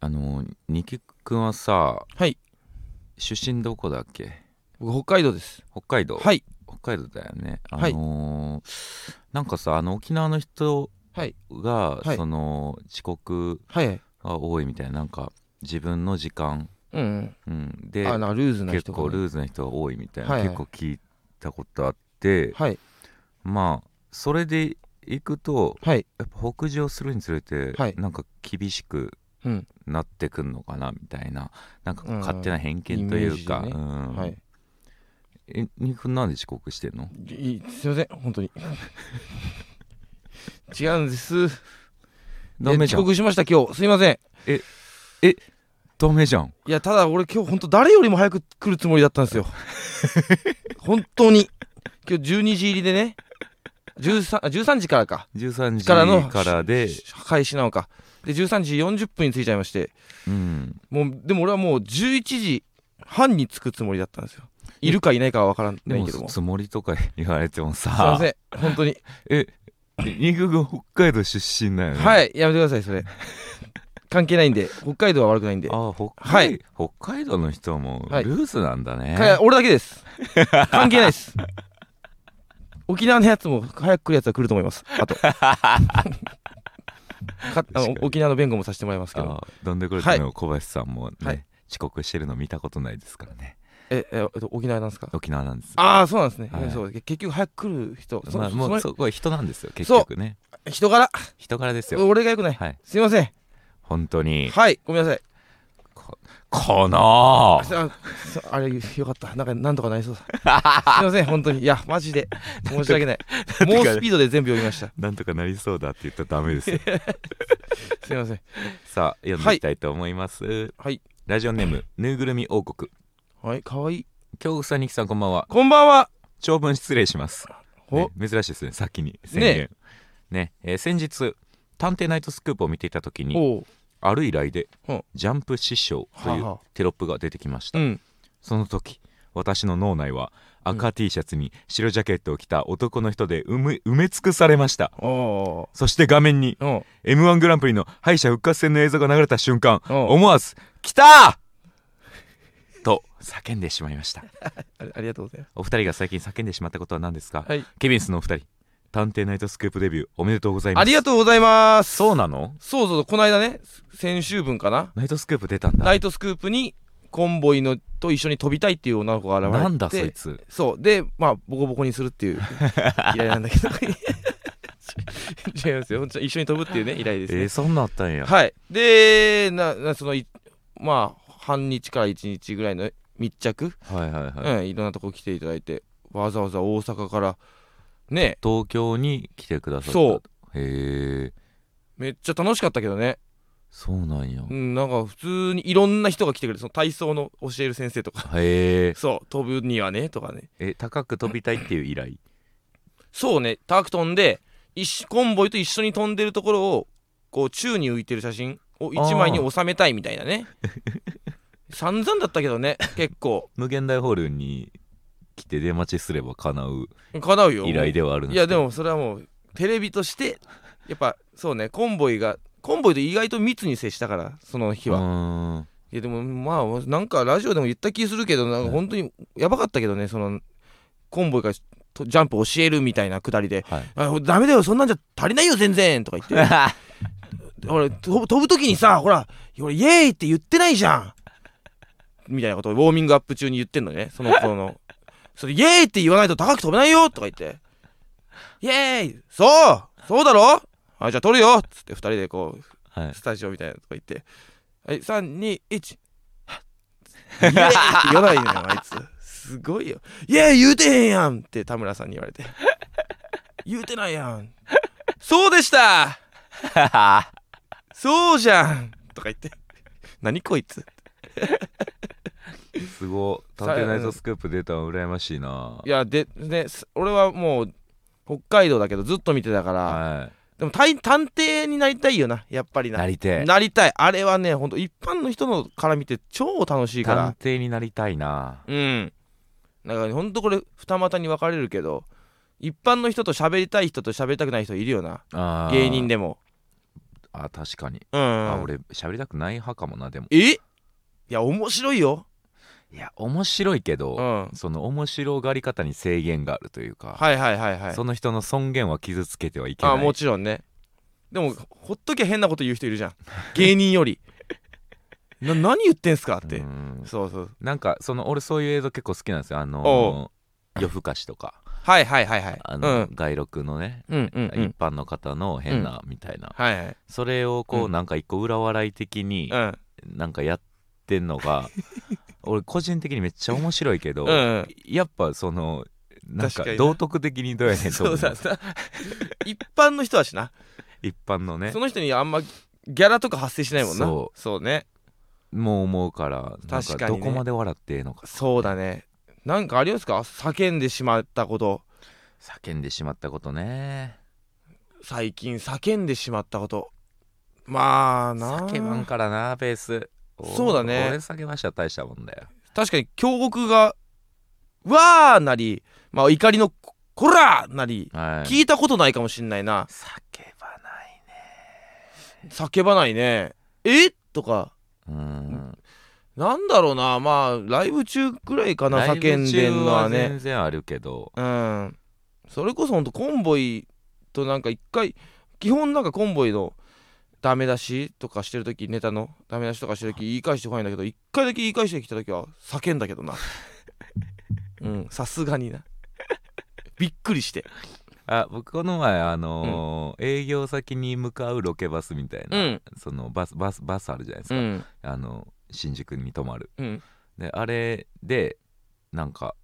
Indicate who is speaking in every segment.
Speaker 1: あの二木くんはさ
Speaker 2: はい
Speaker 1: 出身どこだっけ
Speaker 2: 僕北海道です
Speaker 1: 北海道、
Speaker 2: はい
Speaker 1: 北海道だよねあ
Speaker 2: はい
Speaker 1: のーなんかさあの沖縄の人
Speaker 2: はい
Speaker 1: が、
Speaker 2: はい
Speaker 1: その遅刻
Speaker 2: はいはい
Speaker 1: が多いみたいななんか自分の時間、
Speaker 2: うん
Speaker 1: うん、
Speaker 2: う
Speaker 1: で
Speaker 2: んあなルーズな
Speaker 1: 結
Speaker 2: 人がね
Speaker 1: 構ルーズな人が多いみたいな、
Speaker 2: はいはい
Speaker 1: 結構聞いたことあって、
Speaker 2: はい
Speaker 1: まあそれで行くと
Speaker 2: はい
Speaker 1: やっぱ北上するにつれて、
Speaker 2: はい
Speaker 1: なんか厳しく
Speaker 2: うん
Speaker 1: なってくんのかなみたいななんかこう
Speaker 2: うん
Speaker 1: 勝手な偏見というか、
Speaker 2: イメージ
Speaker 1: う
Speaker 2: で
Speaker 1: ん
Speaker 2: はい
Speaker 1: えニクなんで遅刻してんの
Speaker 2: いいすいません本当に 違うんです
Speaker 1: ダメじゃ
Speaker 2: 遅
Speaker 1: ん
Speaker 2: 刻しました今日すいません
Speaker 1: ダメじゃん
Speaker 2: いやただ俺今日本当誰よりも早く来るつもりだったん ですよ本当に今日12時入りでね 13, あ13時からか
Speaker 1: 13時
Speaker 2: からの
Speaker 1: からで、
Speaker 2: 開始なのかで13時40分に着いちゃいまして
Speaker 1: うん、
Speaker 2: もうでも俺はもう11時半に着くつもりだったんですよいるかいないかは分から
Speaker 1: で
Speaker 2: ない
Speaker 1: も
Speaker 2: けどもす
Speaker 1: つもりとか言われても
Speaker 2: いま
Speaker 1: さ
Speaker 2: せん本当に
Speaker 1: えニクが北海道出身だよね
Speaker 2: はいやめてくださいそれ関係ないんで北海道は悪くないんで
Speaker 1: あ北海,、
Speaker 2: はい
Speaker 1: 北海道の人もル
Speaker 2: はい
Speaker 1: ーズなんだね、
Speaker 2: か俺だけです関係ないです沖縄のやつも早く来るやつは来ると思います あとかあの沖縄の弁護もさせてもらいますけど
Speaker 1: あどんでくれたの小林さんもね、
Speaker 2: はい
Speaker 1: 遅刻してるの見たことないですからね
Speaker 2: えええっと沖縄なんですか
Speaker 1: 沖縄なんです
Speaker 2: ああそうなんですね、
Speaker 1: はい
Speaker 2: そう結局早く来る人そ,、
Speaker 1: まあ、
Speaker 2: そ
Speaker 1: もう
Speaker 2: の
Speaker 1: そこは人なんですよ結局ね
Speaker 2: 人柄
Speaker 1: 人柄ですよ
Speaker 2: 俺がよくない、
Speaker 1: はい
Speaker 2: すいません
Speaker 1: 本当に
Speaker 2: はいごめんなさい
Speaker 1: ここの
Speaker 2: あそうそうあれよかったなんかなんとかなりそうだすいません本当にいやマジで申し訳ない
Speaker 1: と
Speaker 2: も
Speaker 1: か
Speaker 2: うスピードで全部読みました
Speaker 1: なんとかなりそうだって言ったらダメですよ
Speaker 2: すいません
Speaker 1: さあ読んでいきたいと思います、
Speaker 2: はい
Speaker 1: ラジオネームぬいぐるみ王国
Speaker 2: はいかわいい
Speaker 1: 京極さんにきさんこんばんは
Speaker 2: こんばんは
Speaker 1: 長文失礼します、
Speaker 2: お、
Speaker 1: ね、珍しいですね先に宣言ねえー先日探偵ナイトスクープを見ていた時に
Speaker 2: おう
Speaker 1: ある依頼で
Speaker 2: うん
Speaker 1: ジャンプ師匠とい
Speaker 2: はあ
Speaker 1: う
Speaker 2: はあ
Speaker 1: テロップが出てきました
Speaker 2: うん
Speaker 1: その時私の脳内は赤 T シャツに白ジャケットを着た男の人で埋め埋め尽くされました
Speaker 2: おお
Speaker 1: そして画面に
Speaker 2: ううん
Speaker 1: m 1グランプリの敗者復活戦の映像が流れた瞬間
Speaker 2: うん
Speaker 1: 思わず「来た!」と叫んでしまいました
Speaker 2: ありありがとうございます
Speaker 1: お二人が最近叫んでしまったことは何ですか、
Speaker 2: はい
Speaker 1: ケビンスのお二人探偵ナイトスクープデビューおめでとうございます
Speaker 2: ありがとうございます
Speaker 1: そうなの
Speaker 2: そうそうそうこの間ね先週分かな
Speaker 1: ナイトスクープ出たんだ
Speaker 2: ナイトスクープにコンボイのと一緒に飛びたいっていう女の子が現れて
Speaker 1: なんだそいつ
Speaker 2: そうでまあボコボコにするっていう 依頼なんだけど 違いますよ一緒に飛ぶっていうね依頼ですね
Speaker 1: えー、そんなんあったんや
Speaker 2: はいでななそのいまあ半日から1日ぐらいの密着、
Speaker 1: はいはいはい、
Speaker 2: うん、いろんなとこ来ていただいてわざわざ大阪からね
Speaker 1: 東京に来てくださった
Speaker 2: そう
Speaker 1: へえ
Speaker 2: めっちゃ楽しかったけどね、
Speaker 1: そうなんや、
Speaker 2: うん、なんか普通にいろんな人が来てくれてその体操の教える先生と か
Speaker 1: へえ
Speaker 2: そう飛ぶにはねとかね
Speaker 1: え高く飛びたいっていう依頼
Speaker 2: そうね高く飛んで一緒コンボイと一緒に飛んでるところをこう宙に浮いてる写真を1枚に収めたいみたいなね 散々だったけどね結構
Speaker 1: 無限大ホールに来て出待ちすれば叶う
Speaker 2: 叶うよ
Speaker 1: 依頼ではあるん
Speaker 2: いやでもそれはもうテレビとしてやっぱそうねコンボイがコンボイと意外と密に接したからその日は、い
Speaker 1: は
Speaker 2: やでもまあなんかラジオでも言った気するけどなんか本当にやばかったけどねそのコンボイがとジャンプ教えるみたいなくだりで
Speaker 1: はい
Speaker 2: 「あダメだよそんなんじゃ足りないよ全然」とか 言って俺飛ぶ飛ぶ時にさほら俺イエーイって言ってないじゃんみたいなことをウォーミングアップ中に言ってんのねその子の「それイエーイって言わないと高く飛べないよ」とか言って「イエーイそうそうだろあじゃあ撮るよ」っつって2人でこう
Speaker 1: はい
Speaker 2: スタジオみたいなとこ行って「はい321」イエーイって言わないのよあいつすごいよ「イエーイ言うてへんやん!」って田村さんに言わ れて「言うてないやんそう でしたそうじゃん!」とか言って「何こいつ
Speaker 1: すごい探偵ナイトスクープ出たの羨ましいない
Speaker 2: やでねす俺はもう北海道だけどずっと見てたから、
Speaker 1: は
Speaker 2: でもたい探偵になりたいよなやっぱり
Speaker 1: い
Speaker 2: な
Speaker 1: なりてえ
Speaker 2: なりたいあれはねほんと一般の人のから見て超楽しいから
Speaker 1: 探偵になりたいな
Speaker 2: うん。だからほんとこれ二股に分かれるけど一般の人と喋りたい人と喋りたくない人いるよな
Speaker 1: あー
Speaker 2: 芸人でも
Speaker 1: あ確かに、
Speaker 2: うん
Speaker 1: あ俺喋りたくない派かもなでも
Speaker 2: えいや面白いよ
Speaker 1: いや面白いけ
Speaker 2: う
Speaker 1: ど、
Speaker 2: ん
Speaker 1: その面白がり方に制限があるというか、
Speaker 2: はいはいはいはい
Speaker 1: その人の尊厳は傷つけてはいけない
Speaker 2: あもちろんねでもほっときゃ変なこと言う人い るじゃん芸人よりな何言ってんすかって、
Speaker 1: うん
Speaker 2: そうそう
Speaker 1: なんかその俺そういう映像結構好きなんですよあ
Speaker 2: お
Speaker 1: のー夜更かしとか
Speaker 2: はいはいはいはい
Speaker 1: あ
Speaker 2: う
Speaker 1: の、
Speaker 2: ん
Speaker 1: 外録のね、
Speaker 2: うんうんうん
Speaker 1: 一般の方の変なみたいな、
Speaker 2: はいはい
Speaker 1: それをこ
Speaker 2: う
Speaker 1: うんなんか一個裏笑い的に
Speaker 2: うん
Speaker 1: なんかやってんの が俺個人的にめっちゃ面白いけど、
Speaker 2: うんうん
Speaker 1: やっぱそのなん
Speaker 2: 確
Speaker 1: か
Speaker 2: かにな
Speaker 1: 道徳的にどうやねんと
Speaker 2: そ
Speaker 1: 思
Speaker 2: う
Speaker 1: う
Speaker 2: だ さ一般の人はしな
Speaker 1: 一般のね
Speaker 2: その人にあんまギャラとか発生しないもんな
Speaker 1: そ
Speaker 2: そうね
Speaker 1: もう思うからなん
Speaker 2: 確
Speaker 1: か
Speaker 2: かに
Speaker 1: ど
Speaker 2: ね
Speaker 1: こまで笑ってええのか
Speaker 2: そうだねなんかありますか叫んでしまったこと
Speaker 1: 叫んでしまったことね
Speaker 2: 最近叫んでしまったことまあな
Speaker 1: 叫ばんからなベース
Speaker 2: そうだね
Speaker 1: 俺叫ばしたら大したもんだよ
Speaker 2: 確かに京極が「わー」なり、まあ、怒りのこ「こら!」なり
Speaker 1: はい
Speaker 2: 聞いたことないかもしんないな
Speaker 1: 叫ばないね
Speaker 2: 叫ばないねえとか
Speaker 1: うん
Speaker 2: なんだろうなまあライブ中くらいかな
Speaker 1: ライブ
Speaker 2: 叫んでんの
Speaker 1: 中
Speaker 2: は
Speaker 1: は
Speaker 2: ね
Speaker 1: 全然あるけど
Speaker 2: うんそれこそほんとコンボイとなんか一回基本なんかコンボイのダメ出しとかしてる時ネタのダメ出しとかしてる時言い返してこないんだけど一回だけ言い返してきた時は叫んだけどな うんさすがになびっくりして
Speaker 1: あ僕この前あのー営業先に向かうロケバスみたいうな、
Speaker 2: ん
Speaker 1: そのバスバスバスあるじゃないです
Speaker 2: う
Speaker 1: か、
Speaker 2: ん
Speaker 1: あの新宿に泊まる
Speaker 2: うん
Speaker 1: であれでなんか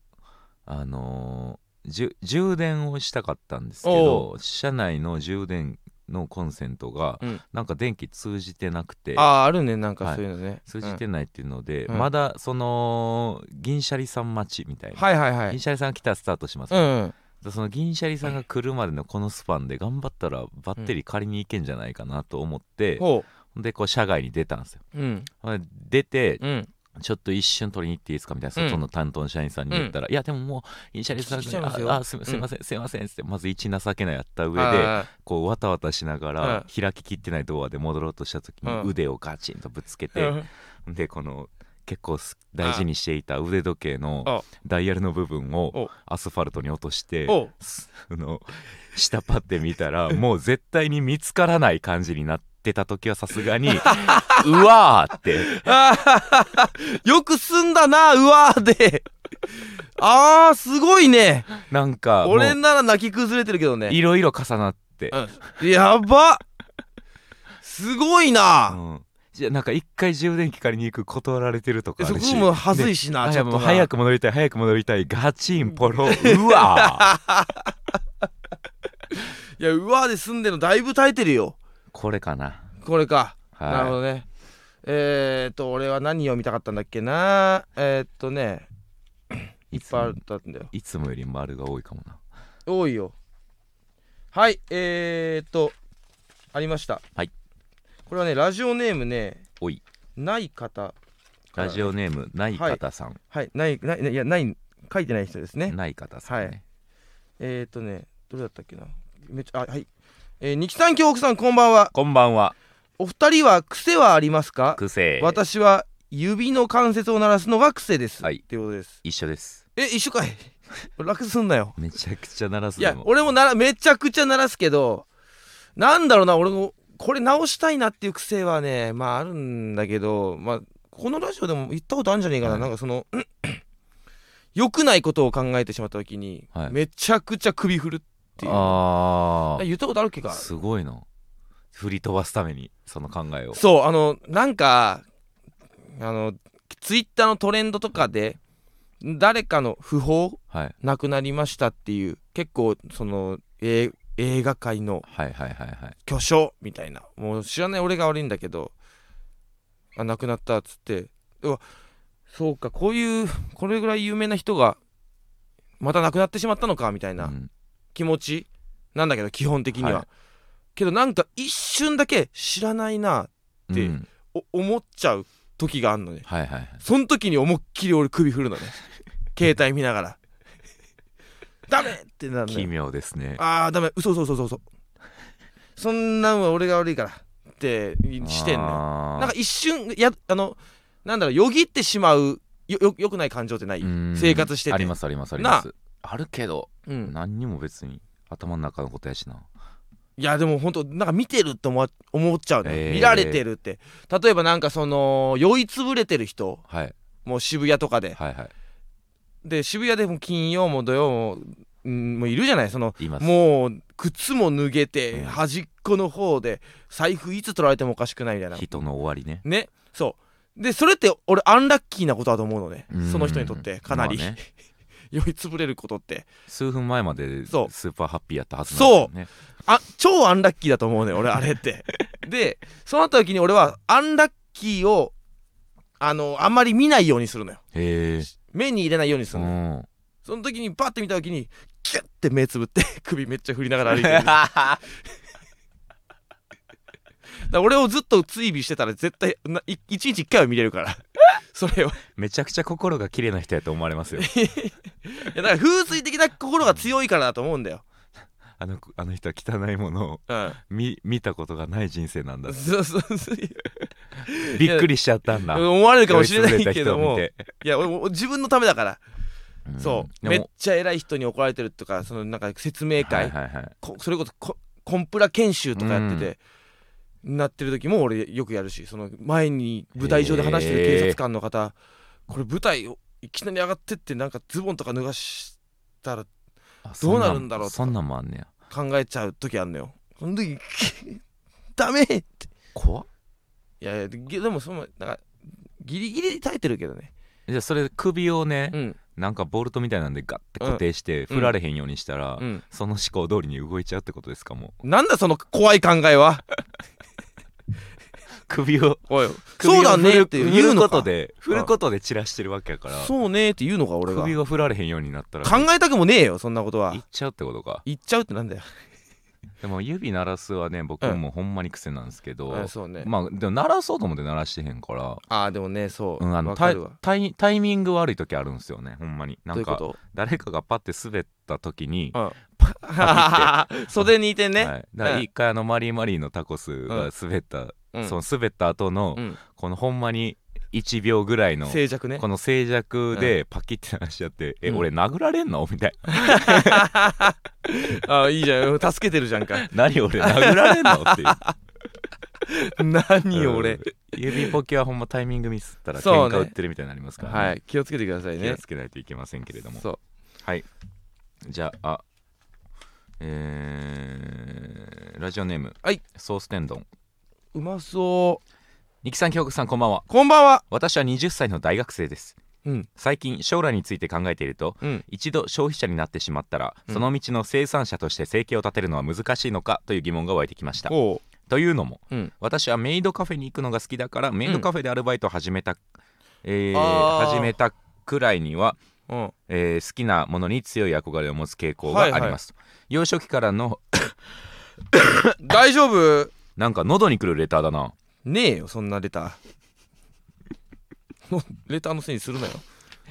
Speaker 1: あのーじゅ充電をしたかったんですけど車内の充電のコンセントが、
Speaker 2: うん
Speaker 1: なんか電気通じてなくて
Speaker 2: あああるねなんかそういうのね
Speaker 1: 通じてないっていうので、
Speaker 2: うん
Speaker 1: まだその銀シャリさん待ちみたい
Speaker 2: うん
Speaker 1: な、
Speaker 2: はいはいはい
Speaker 1: 銀シャリさんが来たらスタートします、
Speaker 2: うん
Speaker 1: でその銀シャリさんが来るまでのこのスパンで頑張ったらバッテリー借りに行けんじゃないかなと思って、
Speaker 2: ほ
Speaker 1: でこう車外に出たんですよ
Speaker 2: ううん
Speaker 1: ほんで出て
Speaker 2: うん
Speaker 1: ちょっと一瞬取りに行っていいですかみたいな、
Speaker 2: うん
Speaker 1: 外の担当の社員さんに言ったら、いやでももう銀シャリさん
Speaker 2: 来ちゃいますよ
Speaker 1: ああすすいません、すいませんっつってまず一情けないやった上で
Speaker 2: あ
Speaker 1: こうわたわたしながら、
Speaker 2: う
Speaker 1: 開ききってないドアで戻ろうとした時に
Speaker 2: うん
Speaker 1: 腕をガチンとぶつけて、
Speaker 2: ー
Speaker 1: でこの結構す大事にしていた腕時計
Speaker 2: あ
Speaker 1: のダイヤルの部分
Speaker 2: お
Speaker 1: をアスファルトに落として
Speaker 2: おう
Speaker 1: すあの下パって見たらもう絶対に見つからない感じになってた時はさすがにうわーって
Speaker 2: あー よく済んだなうわーであーすごいね
Speaker 1: なんかもう
Speaker 2: 俺なら泣き崩れてるけどね
Speaker 1: いろいろ重なって、
Speaker 2: うんやばすごいな
Speaker 1: うんじゃあなんか一回充電器借りに行く断られてるとかあ
Speaker 2: そ
Speaker 1: る
Speaker 2: こ
Speaker 1: し
Speaker 2: もはずいし
Speaker 1: あ
Speaker 2: ないちょ
Speaker 1: や
Speaker 2: っ
Speaker 1: も
Speaker 2: と
Speaker 1: う早
Speaker 2: く
Speaker 1: く戻りたい早く戻りたいガチンポロうわ ー
Speaker 2: いやうわーで済んでるのだいぶ耐えてるよ
Speaker 1: これかな、
Speaker 2: これか
Speaker 1: はい、
Speaker 2: なるほどね。えー、っと、俺は何読みたかったんだっけな。えー、っとね、いっぱいあったんだよ。
Speaker 1: いつもより丸が多いかもな。
Speaker 2: 多いよ。はい、えー、っと、ありました。
Speaker 1: はい。
Speaker 2: これはね、ラジオネームね、
Speaker 1: おい、
Speaker 2: ない方。
Speaker 1: ラジオネーム、ない方さん。
Speaker 2: はい、ない、ない、ないいや、ない、書いてない人ですね。
Speaker 1: ない方さん、ね。
Speaker 2: えー、っとね、どれだったっけな。めっちゃ、あ、はい。えー、二木さん、京極さん、こんばんは。
Speaker 1: こんばんは。
Speaker 2: お二人は癖はありますか
Speaker 1: 癖。
Speaker 2: 私は指の関節を鳴らすのが癖です。
Speaker 1: はい
Speaker 2: っていうことです。
Speaker 1: 一緒です。
Speaker 2: え一緒かい 楽すんなよ
Speaker 1: めちゃくちゃ鳴らす
Speaker 2: いや
Speaker 1: のも。
Speaker 2: 俺もならめちゃくちゃ鳴らすけどなんだろうな俺もこれ直したいなっていう癖はねまああるんだけどまあこのラジオでも言ったことあるんじゃねえかな、
Speaker 1: はい
Speaker 2: なんかその 良くないことを考えてしまった時に、
Speaker 1: はい
Speaker 2: めちゃくちゃ首振るっていう
Speaker 1: あ
Speaker 2: 言ったことあるっけ
Speaker 1: あ。
Speaker 2: か
Speaker 1: すごいな。振り飛ばすために、その考えを。
Speaker 2: そうあのなんかあのツイッターのトレンドとかで誰かの訃報
Speaker 1: はい。
Speaker 2: 亡くなりましたっていう結構その、えー映画界の
Speaker 1: はいはいはいはい。
Speaker 2: 巨匠みたいなもう知らない俺が悪いんだけどあ亡くなったっつってうわそうかこういうこれぐらい有名な人がまた亡くなってしまったのかみたいな
Speaker 1: うん
Speaker 2: 気持ちなんだけど基本的には、
Speaker 1: はい
Speaker 2: けどなんか一瞬だけ知らないなで
Speaker 1: うん
Speaker 2: お思っちゃう時があるのね
Speaker 1: はいはいはい。
Speaker 2: その時に思いっきり俺首振るのね携帯見ながらダメってなるのよ
Speaker 1: 奇妙ですね。
Speaker 2: あーダメ嘘嘘嘘嘘嘘そんなんは俺が悪いからってしてんのよ
Speaker 1: あー
Speaker 2: なんか一瞬やあのなんだろうよぎってしまうよよよくない感情ってない
Speaker 1: うん
Speaker 2: 生活してて
Speaker 1: ありますありますありますあるけど、
Speaker 2: うん、
Speaker 1: 何にも別に頭の中のことやしない
Speaker 2: やでも本当なんか見てるって思わ思っちゃうね、
Speaker 1: えー
Speaker 2: 見られてるって例えばなんかその酔いつぶれてる人
Speaker 1: はい
Speaker 2: もう渋谷とかで
Speaker 1: はいはい
Speaker 2: で渋谷でも金曜も土曜も,、うん、もういるじゃないその
Speaker 1: 言います
Speaker 2: もう靴も脱げて
Speaker 1: うん
Speaker 2: 端っこの方で財布いつ取られてもおかしくないみたい な
Speaker 1: 人の終わりね
Speaker 2: ねそうでそれって俺アンラッキーなことだと思うのね
Speaker 1: うん
Speaker 2: その人にとってかなり、
Speaker 1: まあね
Speaker 2: 酔いつぶれることって
Speaker 1: 数分前までス
Speaker 2: そう
Speaker 1: ーパーハッピーやったはずなんですよね
Speaker 2: あ超アンラッキーだと思うね俺あれって でその時に俺はアンラッキーをあのあんまり見ないようにするのよ
Speaker 1: へえ
Speaker 2: 目に入れないようにす
Speaker 1: う
Speaker 2: るのよ、
Speaker 1: ん
Speaker 2: その時にパッて見た時にキュッて目つぶって 首めっちゃ振りなが ら歩い てるだから俺をずっと追尾してたら絶対ない一日一回は見れるから そ れは
Speaker 1: めちゃくちゃ心が綺麗な人やと思われます よ
Speaker 2: いやだから風水的な心が強いからだと思うんだよ
Speaker 1: あのあの人は汚いものを
Speaker 2: うん
Speaker 1: 見見たことがない人生なん だ
Speaker 2: そうそうそう
Speaker 1: びっくりしちゃったんだ
Speaker 2: 思われるかもしれないけども
Speaker 1: 酔いつぶれた人を
Speaker 2: いや俺も自分のためだから
Speaker 1: 見てん
Speaker 2: そうめ
Speaker 1: で
Speaker 2: っ
Speaker 1: も
Speaker 2: ちゃ偉い人に怒られてるとかそのなんか説明会、
Speaker 1: はいはいはい
Speaker 2: こそれこそココンプラ研修とかやってて、なってる時も俺よくやるしその前に舞台上で話してる警察官の方これ舞台をいきなり上がってってなんかズボンとか脱がしたら
Speaker 1: あ
Speaker 2: どうなるんだろうと
Speaker 1: そんなんもあんねや
Speaker 2: 考えちゃう時あんのよその時 ダメって
Speaker 1: 怖っ
Speaker 2: いやいやででもそのなんかギリギリで耐えてるけどね
Speaker 1: じゃあそれ首をね
Speaker 2: うん
Speaker 1: なんかボルトみたいなんでガッて固定して
Speaker 2: うん
Speaker 1: 振られへんようにしたら
Speaker 2: うん
Speaker 1: その思考通りに動いちゃうってことですかもう
Speaker 2: なんだその怖い考えは
Speaker 1: 首を
Speaker 2: おい
Speaker 1: 首を
Speaker 2: そうだねって
Speaker 1: 振る
Speaker 2: 言
Speaker 1: 振る
Speaker 2: うの
Speaker 1: こ
Speaker 2: か
Speaker 1: とで振ることで散らしてるわけやから
Speaker 2: そうねって言うのか俺が
Speaker 1: 首が振られへんようになったら
Speaker 2: 考えたくもねえよそんなことはい
Speaker 1: っちゃうってことか
Speaker 2: 言っちゃうってなんだよ
Speaker 1: でも指鳴らすはね僕もほんまに癖なんですけど、
Speaker 2: あそうね、
Speaker 1: まあでも鳴らそうと思って鳴らしてへんから、
Speaker 2: あーでもねそう、
Speaker 1: うん、あの
Speaker 2: わ
Speaker 1: タ
Speaker 2: か
Speaker 1: イ
Speaker 2: るわ
Speaker 1: タイタイミング悪い時あるんですよねほんまにな
Speaker 2: どう
Speaker 1: ん
Speaker 2: いうこ
Speaker 1: か
Speaker 2: と
Speaker 1: 誰かがパッて滑った時に
Speaker 2: うんパッ 袖にいてね、
Speaker 1: はい、だから
Speaker 2: うん
Speaker 1: 一回あのマリーマリーのタコスが滑った、
Speaker 2: うん
Speaker 1: その滑った後の、
Speaker 2: うん
Speaker 1: このほんまに1秒ぐらいの
Speaker 2: 静寂ね
Speaker 1: この静寂でパキって話しちゃって、え
Speaker 2: うん
Speaker 1: 俺殴られんのみたいな
Speaker 2: あーいいじゃん助けてるじゃんか
Speaker 1: 何俺殴ら れんのっていう
Speaker 2: 何よ俺、
Speaker 1: うん指ポケはほんまタイミングミスったら
Speaker 2: そ
Speaker 1: 喧
Speaker 2: うね
Speaker 1: 嘩売ってるみたいになりますから、ね
Speaker 2: はい気をつけてください
Speaker 1: 気
Speaker 2: ね
Speaker 1: をつけないといけませんけれども
Speaker 2: そう
Speaker 1: はいじゃああえーラジオネーム、
Speaker 2: はい、
Speaker 1: ソース天丼
Speaker 2: うまそう
Speaker 1: 二木さん京子さんこんばんは
Speaker 2: こんばんは
Speaker 1: 私は20歳の大学生です
Speaker 2: うん
Speaker 1: 最近将来について考えていると
Speaker 2: うん
Speaker 1: 一度消費者になってしまったら、
Speaker 2: うん
Speaker 1: その道の生産者として生計を立てるのは難しいのかという疑問が湧いてきました
Speaker 2: お
Speaker 1: というのも、
Speaker 2: うん
Speaker 1: 私はメイドカフェに行くのが好きだからメイドカフェでアルバイトを始めた、えー
Speaker 2: あー
Speaker 1: 始めたくらいには、
Speaker 2: ううん
Speaker 1: えー好きなものに強い憧れを持つ傾向があります、幼少期からの
Speaker 2: 大丈夫
Speaker 1: なんか喉にくるレターだな
Speaker 2: ねえよそんなレター のレターのせいにするなよ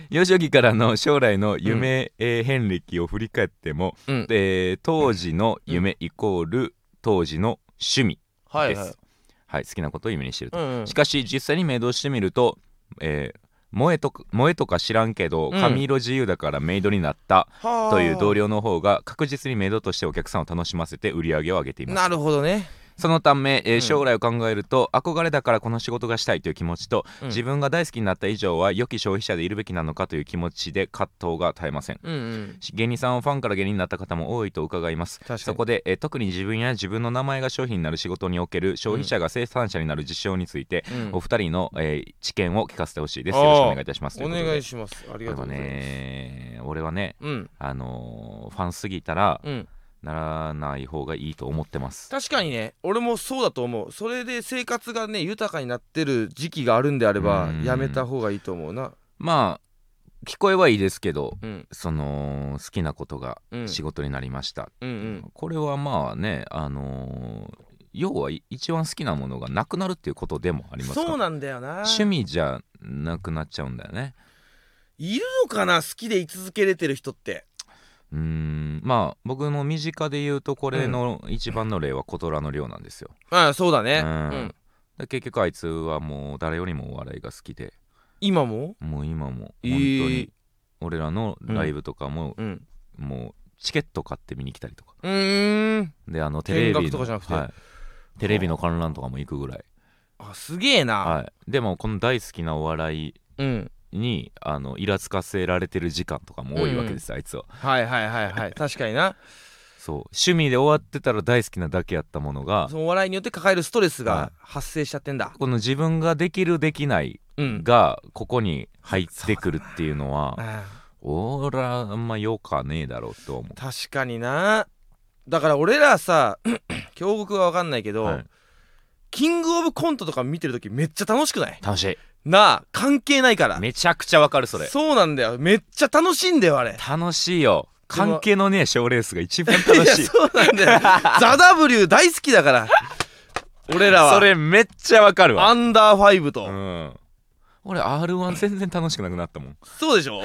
Speaker 1: 幼少期からの将来の夢、えー遍歴を振り返っても、
Speaker 2: うん
Speaker 1: えー当時の夢イコール当時の趣味
Speaker 2: は
Speaker 1: です、はい好きなことを夢にしてると、
Speaker 2: うんうん
Speaker 1: しかし実際にメイドをしてみると、えー萌えとか萌えとか知らんけど
Speaker 2: うん
Speaker 1: 髪色自由だからメイドになったという同
Speaker 2: 僚
Speaker 1: 僚の方が確実にメイドとしてお客さんを楽しませて売り上げを上げています
Speaker 2: なるほどね
Speaker 1: そのため、えー
Speaker 2: うん
Speaker 1: 将来を考えると憧れだからこの仕事がしたいという気持ちと、
Speaker 2: うん
Speaker 1: 自分が大好きになった以上は良き消費者でいるべきなのかという気持ちで葛藤が絶えません
Speaker 2: うんうん
Speaker 1: 芸人さんをファンから芸人になった方も多いと伺います
Speaker 2: 確かに
Speaker 1: そこで、えー特に自分や自分の名前が商品になる仕事における消費者が生産者になる事象について、
Speaker 2: うん
Speaker 1: お二人の、えー知見を聞かせてほしいです
Speaker 2: あー
Speaker 1: よろしくお願いいたします
Speaker 2: お願い
Speaker 1: し
Speaker 2: しますあり
Speaker 1: ます
Speaker 2: がとうございます、
Speaker 1: ね俺はね
Speaker 2: うん
Speaker 1: あのーファンすぎたら
Speaker 2: うん
Speaker 1: ならない方がいいと思ってます
Speaker 2: 確かにね俺もそうだと思うそれで生活がね豊かになってる時期があるんであれば
Speaker 1: うん
Speaker 2: やめた方がいいと思うな
Speaker 1: まあ聞こえはいいですけど
Speaker 2: うん
Speaker 1: その好きなことが
Speaker 2: うん
Speaker 1: 仕事になりました、
Speaker 2: うんうん
Speaker 1: これはまあねあのー要はい一番好きなものがなくなるっていうことでもありますから
Speaker 2: そうなんだよな
Speaker 1: 趣味じゃなくなっちゃうんだよね
Speaker 2: いるのかな好きで居続けれてる人って
Speaker 1: うーんまあ僕の身近で言うとこれの一番の例は小虎の量なんですよ、
Speaker 2: ああそうだね
Speaker 1: う
Speaker 2: うんん、
Speaker 1: で結局あいつはもう誰よりもお笑いが好きで
Speaker 2: 今も
Speaker 1: もう今も本当
Speaker 2: え
Speaker 1: に
Speaker 2: ー
Speaker 1: 俺らのライブとかも、
Speaker 2: うん
Speaker 1: もうチケット買って見に来たりとか
Speaker 2: うーん
Speaker 1: であのテレビの
Speaker 2: 見学とかじゃなくて
Speaker 1: いテレビの観覧とかも行くぐらい、
Speaker 2: あすげえな、
Speaker 1: はい、でもこの大好きなお笑い
Speaker 2: うん
Speaker 1: にあのイラつかせられてる時間とかも多いわけです、あいつは
Speaker 2: はいはいはいはい確かにな
Speaker 1: そう趣味で終わってたら大好きなだけやったものが
Speaker 2: そのお笑いによって抱えるストレス
Speaker 1: はい
Speaker 2: が発生しちゃってんだ
Speaker 1: この自分ができるできない
Speaker 2: うん
Speaker 1: がここに入ってくるっていうのは
Speaker 2: ああ
Speaker 1: おらあんまよかねえだろうと思
Speaker 2: 確かになだから俺らさ 京極は分かんないけ
Speaker 1: う、
Speaker 2: ど、
Speaker 1: はい、
Speaker 2: キングオブコントとか見てる時めっちゃ楽しくない
Speaker 1: 楽しい
Speaker 2: なあ関係ないから
Speaker 1: めちゃくちゃわかるそれ
Speaker 2: そうなんだよめっちゃ楽しいんだよあれ
Speaker 1: 楽しいよ
Speaker 2: でも
Speaker 1: 関係のねえ賞レースが一番楽しい
Speaker 2: いやそうなん だよザ・ W 大好きだから俺らは
Speaker 1: それめっちゃわかるわ
Speaker 2: アンダーファイブと、
Speaker 1: うん俺 R1 全然楽しくなくなったもん
Speaker 2: そうでし ょ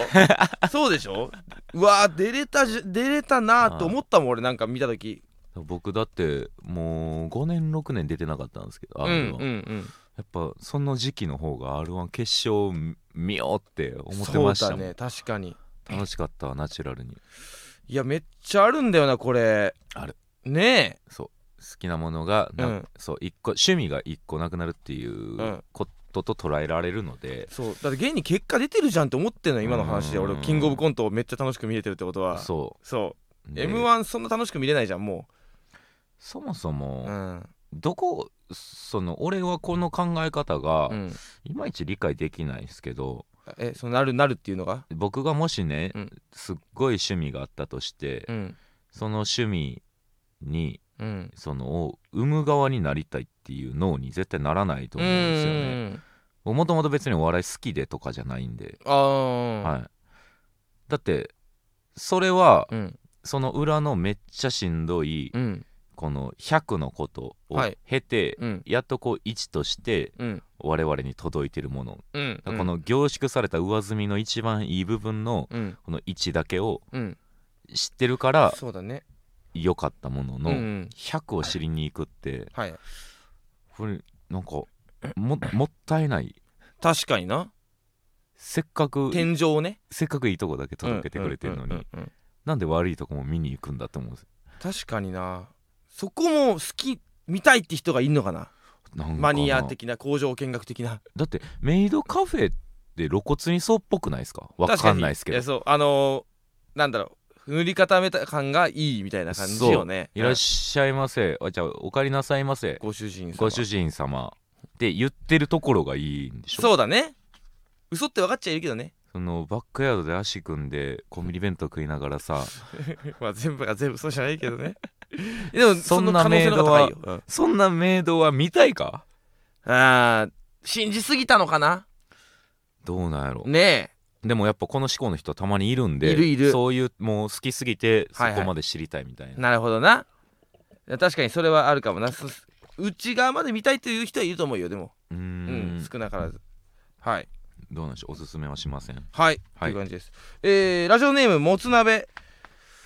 Speaker 2: そうでしょうわー出れたじ出れたなーと思ったもん俺なんか見た時
Speaker 1: 僕だってもう5年6年出てなかったんですけど
Speaker 2: うん
Speaker 1: R1、
Speaker 2: うんうん
Speaker 1: やっぱその時期の方が R1 決勝見ようって思って
Speaker 2: そう
Speaker 1: ましたも
Speaker 2: だ
Speaker 1: ん、
Speaker 2: ね確かに
Speaker 1: 楽しかったわナチュラルに
Speaker 2: いやめっちゃあるんだよなこれ
Speaker 1: ある
Speaker 2: ね
Speaker 1: 好きなものがな、
Speaker 2: うん
Speaker 1: そう一個趣味が一個なくなるっていうんことと捉えられるので
Speaker 2: え、そうだって現に結果出てるじゃんって思ってんの今の話で
Speaker 1: う
Speaker 2: 俺
Speaker 1: ん
Speaker 2: キングオブコントをめっちゃ楽しく見れてるってことは
Speaker 1: そ
Speaker 2: そうう
Speaker 1: で
Speaker 2: m 1そんな楽しく見れないじゃんも、
Speaker 1: そもそうも、
Speaker 2: うん
Speaker 1: どこその俺はこの考え方が、
Speaker 2: うん、
Speaker 1: いまいち理解できないんですけど
Speaker 2: えそのなるなるっていうのが
Speaker 1: 僕がもしね、
Speaker 2: うん
Speaker 1: すっごい趣味があったとして、
Speaker 2: うん
Speaker 1: その趣味に
Speaker 2: うん
Speaker 1: そのを生む側になりたいっていう脳に絶対ならないと
Speaker 2: う
Speaker 1: 思うんですよね。
Speaker 2: ん
Speaker 1: もともと別にお笑い好きでとかじゃないんで、
Speaker 2: ああ、
Speaker 1: はい、だってそれは
Speaker 2: うん
Speaker 1: その裏のめっちゃしんどい
Speaker 2: うん
Speaker 1: この100のことを
Speaker 2: はい
Speaker 1: 経て、
Speaker 2: うん
Speaker 1: やっとこう1として
Speaker 2: うん
Speaker 1: 我々に届いてるもの、
Speaker 2: うん
Speaker 1: この凝縮された上積みの一番いい部分の
Speaker 2: うん
Speaker 1: この1だけを
Speaker 2: うん
Speaker 1: 知ってるから
Speaker 2: そうだね
Speaker 1: 良かったもの
Speaker 2: うんう
Speaker 1: の
Speaker 2: ん
Speaker 1: 100を知りに行くって
Speaker 2: はい
Speaker 1: これなんかももったいない
Speaker 2: 確かにな
Speaker 1: せっかく
Speaker 2: 天井をね
Speaker 1: せっかくいいとこだけ届けてくれてるの
Speaker 2: うんう
Speaker 1: に
Speaker 2: んうんうん
Speaker 1: なんで悪いとこも見に行くんだって思うんです
Speaker 2: 確かになそこも好き見たいって人がいんのかな
Speaker 1: なんかな
Speaker 2: マニア的な工場見学的な
Speaker 1: だってメイドカフェって露骨にそうっぽくないですかわかんないですけど
Speaker 2: 確かにいやそうあのー、なんだろう塗り固めた感がいいみたいな感じよね
Speaker 1: いらっしゃいませあじゃあお帰りなさいませ
Speaker 2: うんご主人様
Speaker 1: ご主人様って言ってるところがいいんでしょ
Speaker 2: そうだね嘘って分かっちゃいるけどね
Speaker 1: そのバックヤードで足組んでコンビニ弁当食いながらさ
Speaker 2: まあ全部が全部そうじゃないけど ねでも
Speaker 1: そ
Speaker 2: そ
Speaker 1: ん
Speaker 2: の
Speaker 1: な
Speaker 2: 可能性の方が高いよ、うん
Speaker 1: そんなメイドは見たいか
Speaker 2: あー信じすぎたのかな
Speaker 1: どうなんやろ
Speaker 2: ね
Speaker 1: でもやっぱこの思考の人はたまにいるんで
Speaker 2: いるいる
Speaker 1: そういうもう好きすぎてそ
Speaker 2: はいはい
Speaker 1: こまで知りたいみたいな、
Speaker 2: えなるほどないや確かにそれはあるかもなそ内側まで見たいという人はいると思うよでも
Speaker 1: うー
Speaker 2: うんん少なからずはい
Speaker 1: どうなんでしょうおすすめはしません
Speaker 2: はい、
Speaker 1: はい
Speaker 2: という感じですえー、ラジオネームもつ鍋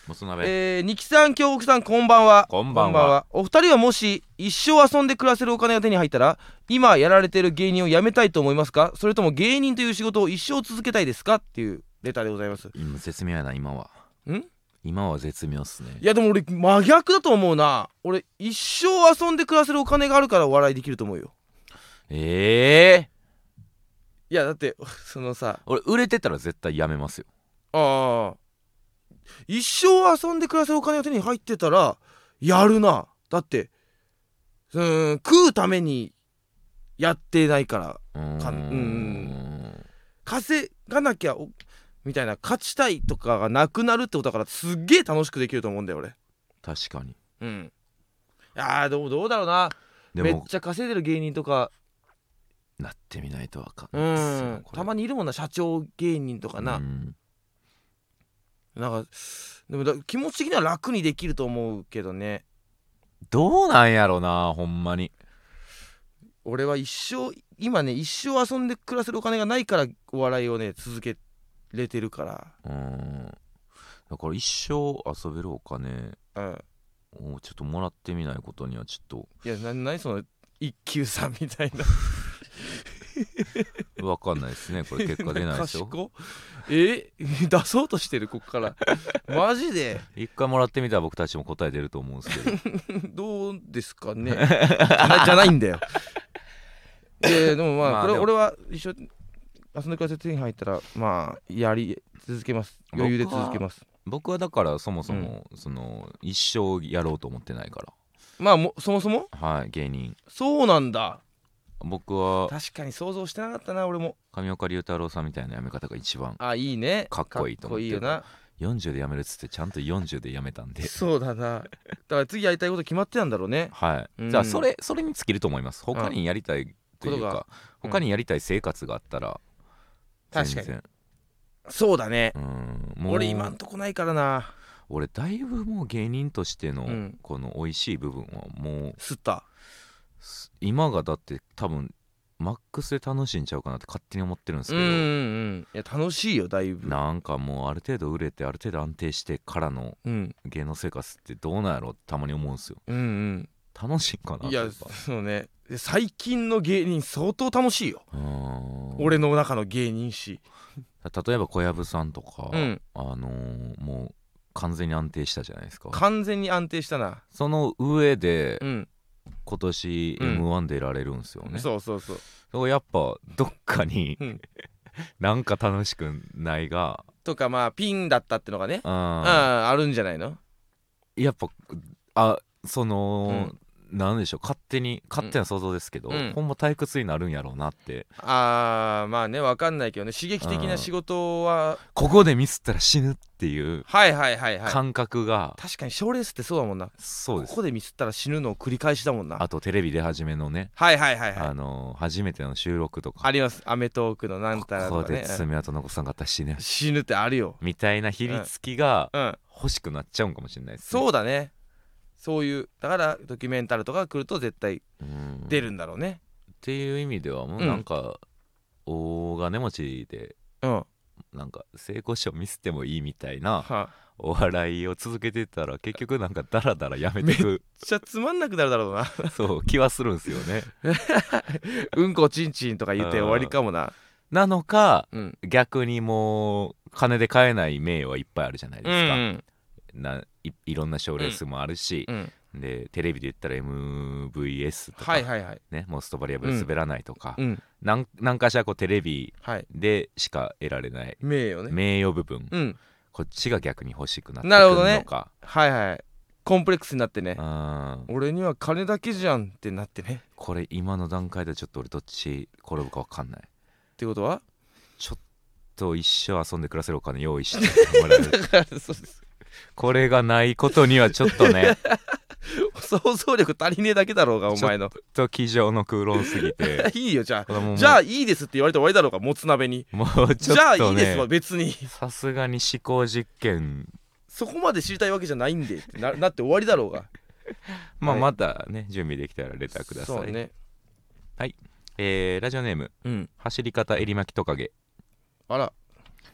Speaker 1: もつ鍋、
Speaker 2: えー、二木さん京極さんこんばんは
Speaker 1: こんばんは
Speaker 2: お二人はもし一生遊んで暮らせるお金が手に入ったら今やられてる芸人を辞めたいと思いますかそれとも芸人という仕事を一生続けたいですかっていうレターでございます
Speaker 1: 今絶妙やな今は
Speaker 2: ん
Speaker 1: 今は絶妙っすね
Speaker 2: いやでも俺真逆だと思うな俺一生遊んで暮らせるお金があるからお笑いできると思うよ
Speaker 1: ええ
Speaker 2: いやだって そのさ
Speaker 1: 俺売れてたら絶対やめますよ
Speaker 2: ああ一生遊んで暮らせるお金が手に入ってたらやるなだってうーん食うためにやってないから
Speaker 1: うーん
Speaker 2: かうん稼がなきゃおみたいな勝ちたいとかがなくなるってことだからすっげえ楽しくできると思うんだよ俺
Speaker 1: 確かに
Speaker 2: うんいやーどうどうだろうな
Speaker 1: で
Speaker 2: めっ
Speaker 1: も
Speaker 2: ちゃ稼いでる芸人とか
Speaker 1: なってみないとわかん
Speaker 2: う
Speaker 1: ないっすよ
Speaker 2: んたま
Speaker 1: に
Speaker 2: にいるもんな社長芸人とかな、なんかでもだ気持ち的には楽にできると思うけどね
Speaker 1: どうなんやろなほんまに
Speaker 2: 俺は一生今ね一生遊んで暮らせるお金がないからお笑いをね続けれてるから
Speaker 1: うーんだから一生遊べるお金
Speaker 2: うん
Speaker 1: をちょっともらってみないことにはちょっ
Speaker 2: いやな何その一級さんみたいな
Speaker 1: と分かんないですねこれ結果出ないでし ょ
Speaker 2: 賢っえ 出そうとしてるこっからマジで
Speaker 1: 一回もらってみたら僕たちも答え出ると思うんですけど
Speaker 2: どうですかね じゃじゃないんだよででもまあ、
Speaker 1: まあ
Speaker 2: これ
Speaker 1: でも
Speaker 2: 俺は一緒に遊んでください手に入ったらまあやり続けます余裕で続けます
Speaker 1: 僕はだからそもそも、その一生やろうと思ってないか
Speaker 2: まあもそもそも
Speaker 1: らはい芸人
Speaker 2: そうなんだ
Speaker 1: 僕は
Speaker 2: 確かに想像してなかったな俺も
Speaker 1: 上岡龍太郎さんみたいな辞め方が一番
Speaker 2: あいいね
Speaker 1: かっこいいと思ってる
Speaker 2: かっこ
Speaker 1: 40で辞めるっつってちゃんと40で辞めたん
Speaker 2: いいよ
Speaker 1: で
Speaker 2: なそうだなだから次やりたいこと決まってたんだろうね
Speaker 1: は
Speaker 2: うん
Speaker 1: いじゃあそれそれに尽きると思います他にやりたいという
Speaker 2: ことが
Speaker 1: か他にやりたい生活があったら
Speaker 2: 確か
Speaker 1: 全
Speaker 2: に
Speaker 1: 然
Speaker 2: そうだね
Speaker 1: うんもう
Speaker 2: 俺今んとこないからな
Speaker 1: 俺だいぶもう芸人としての
Speaker 2: うん
Speaker 1: この美味しい部分はもう
Speaker 2: 吸った
Speaker 1: す今がだって多分マックスで楽しんちゃうかなって勝手に思ってるんです
Speaker 2: うん
Speaker 1: け
Speaker 2: う
Speaker 1: ど、
Speaker 2: んうんいや楽しいよだいぶ
Speaker 1: なんかもうある程度売れてある程度安定してからの
Speaker 2: うん
Speaker 1: 芸能生活ってどうなんやろってたまに思うんですよ
Speaker 2: うん
Speaker 1: 楽しいんかな
Speaker 2: うん
Speaker 1: と
Speaker 2: いや
Speaker 1: か
Speaker 2: そうねで最近の芸人相当楽しいよ
Speaker 1: うーん
Speaker 2: 俺の中の芸人史
Speaker 1: 例えば小籔さんとか、
Speaker 2: うん
Speaker 1: あのーもう完全に安定したじゃないですか
Speaker 2: 完全に安定したな
Speaker 1: その上で
Speaker 2: うん
Speaker 1: 今年
Speaker 2: うん
Speaker 1: m 1出られるんですよね、
Speaker 2: そうそうそう
Speaker 1: そうやっぱどっかに、
Speaker 2: うん
Speaker 1: なんか楽しくないが
Speaker 2: とかまあピンだったってのがねうん
Speaker 1: あ
Speaker 2: あるんじゃないの
Speaker 1: やっぱあその、なんでしょう勝手に勝手な想像ですけど、
Speaker 2: うん
Speaker 1: ほんま退屈になるんやろうなって
Speaker 2: あーまあねわかんないけどね刺激的な仕事は
Speaker 1: ここでミスったら死ぬっていう
Speaker 2: はいはいはいはい
Speaker 1: 感覚が、
Speaker 2: 確かに賞レースってそうだもんな
Speaker 1: そうです
Speaker 2: ここでミスったら死ぬのを繰り返しだもんな
Speaker 1: あとテレビ出始めのね、
Speaker 2: はいはいはいはい
Speaker 1: あの初めての収録とか
Speaker 2: ありますアメトーークのなんたら
Speaker 1: ここと
Speaker 2: か
Speaker 1: で
Speaker 2: ね
Speaker 1: 爪痕残さんかったら死ぬ
Speaker 2: 死ぬってあるよ
Speaker 1: みたいなひりつきが
Speaker 2: うん
Speaker 1: 欲しくなっちゃうんかもしれないです、ね、
Speaker 2: そうだねそういうだからドキュメンタルとかが来ると絶対
Speaker 1: うん
Speaker 2: 出るんだろうね
Speaker 1: っていう意味ではもうなんか、大金持ちで
Speaker 2: うん、
Speaker 1: なんか成功者を見せてもいいみたいな
Speaker 2: は
Speaker 1: お笑いを続けてたら結局なんかダラダラやめ てく
Speaker 2: じゃつまんなくなるだろう な
Speaker 1: そう気はするんですよね
Speaker 2: うんこちんちんとか言って終わりかもな
Speaker 1: なのか
Speaker 2: うん
Speaker 1: 逆にもう金で買えない名誉はいっぱいあるじゃないで
Speaker 2: う
Speaker 1: すか、
Speaker 2: ん
Speaker 1: ないいろんな賞レースもあるし、
Speaker 2: うん
Speaker 1: でテレビで言ったら MVS とか、
Speaker 2: はいはいはい
Speaker 1: ね、モストバリアブル滑らないとか、
Speaker 2: うん
Speaker 1: なんなんかしらこうテレビ
Speaker 2: はい
Speaker 1: でしか得られない
Speaker 2: 名誉ね
Speaker 1: 名誉部分
Speaker 2: うん
Speaker 1: こっちが逆に欲しくなってく
Speaker 2: なるほ
Speaker 1: る
Speaker 2: どね
Speaker 1: のか、
Speaker 2: はいはいコンプレックスになってね
Speaker 1: うん
Speaker 2: 俺には金だけじゃんってなってね
Speaker 1: これ今の段階ではちょっと俺どっち転ぶか分かんない
Speaker 2: ってことは
Speaker 1: ちょっと一生遊んで暮らせるお金用意してもらえ る
Speaker 2: そうです
Speaker 1: これがないことにはちょっとね
Speaker 2: 想像力足りねえだけだろうがお前の
Speaker 1: ちょっと机上の空論すぎて
Speaker 2: いいよじゃ
Speaker 1: こ
Speaker 2: あ
Speaker 1: れもう
Speaker 2: じゃあいいですって言われて終わりだろうがもつ鍋に
Speaker 1: もうち
Speaker 2: じ
Speaker 1: ょ
Speaker 2: ゃあ
Speaker 1: っ
Speaker 2: い
Speaker 1: と
Speaker 2: いですわ
Speaker 1: ね
Speaker 2: 別に
Speaker 1: さすがに思考実験
Speaker 2: そこまで知りたいわけじゃないんでってななって終わりだろうが
Speaker 1: まあ
Speaker 2: はい
Speaker 1: またね準備できたらレターください、
Speaker 2: そうね
Speaker 1: えーラジオネーム
Speaker 2: うん
Speaker 1: 走り方えりまきトカゲ
Speaker 2: あら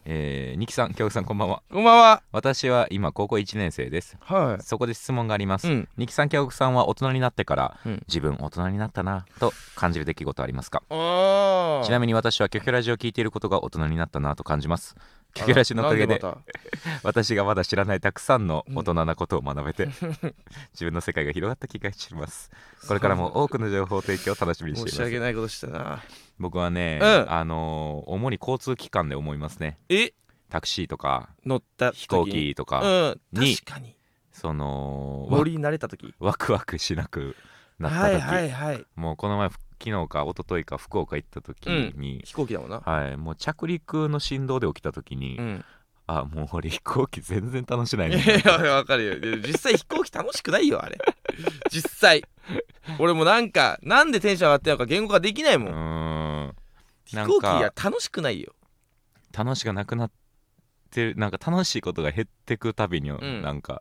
Speaker 1: えー、ニキさん、キョウさん、こんばんは。
Speaker 2: こんばんは
Speaker 1: 私は今、高校1年生です。
Speaker 2: は
Speaker 1: そこで質問があります。
Speaker 2: うん
Speaker 1: ニキさん、キョウさんは大人になってから、
Speaker 2: うん
Speaker 1: 自分、大人になったなと感じる出来事ありますか
Speaker 2: あ
Speaker 1: ちな
Speaker 2: み
Speaker 1: みに私はキョキョラジを聞いていることが大人になったなと感じます。キョキョラジのおかげで私がまだ知らないたくさんの大人なことを学べ て、自分の世界が広がった気がします。これからも多くの情報提供を楽しみにして
Speaker 2: 申
Speaker 1: い
Speaker 2: し
Speaker 1: ま
Speaker 2: 訳
Speaker 1: す。
Speaker 2: ないことしたな
Speaker 1: 僕はね、
Speaker 2: うん
Speaker 1: あのー主に交通機関で思いますね。
Speaker 2: え
Speaker 1: タクシーとか
Speaker 2: 乗った時
Speaker 1: 飛行機と
Speaker 2: う
Speaker 1: か、
Speaker 2: ん
Speaker 1: に
Speaker 2: 確かに
Speaker 1: そのわ
Speaker 2: 乗り慣れた時
Speaker 1: ワクワクしなくなった
Speaker 2: は
Speaker 1: 時、
Speaker 2: いはいはい
Speaker 1: もうこの前ふ昨日か一昨日か福岡行った時に、
Speaker 2: 飛行機だもんな
Speaker 1: はい、もう着陸の振動で起きた時に、
Speaker 2: うん
Speaker 1: あもう俺飛行機全然楽しない
Speaker 2: い
Speaker 1: ね
Speaker 2: やいやわかるよで実際飛行機楽しくないよあれ実際俺もなんかなんでテンション上がってるのか言語化できない
Speaker 1: う
Speaker 2: も、
Speaker 1: んーん
Speaker 2: 飛
Speaker 1: なんか
Speaker 2: 行機が楽しくないよ
Speaker 1: 楽しくなくなってるなんか楽しいことが減ってくたびに、
Speaker 2: ん
Speaker 1: なんか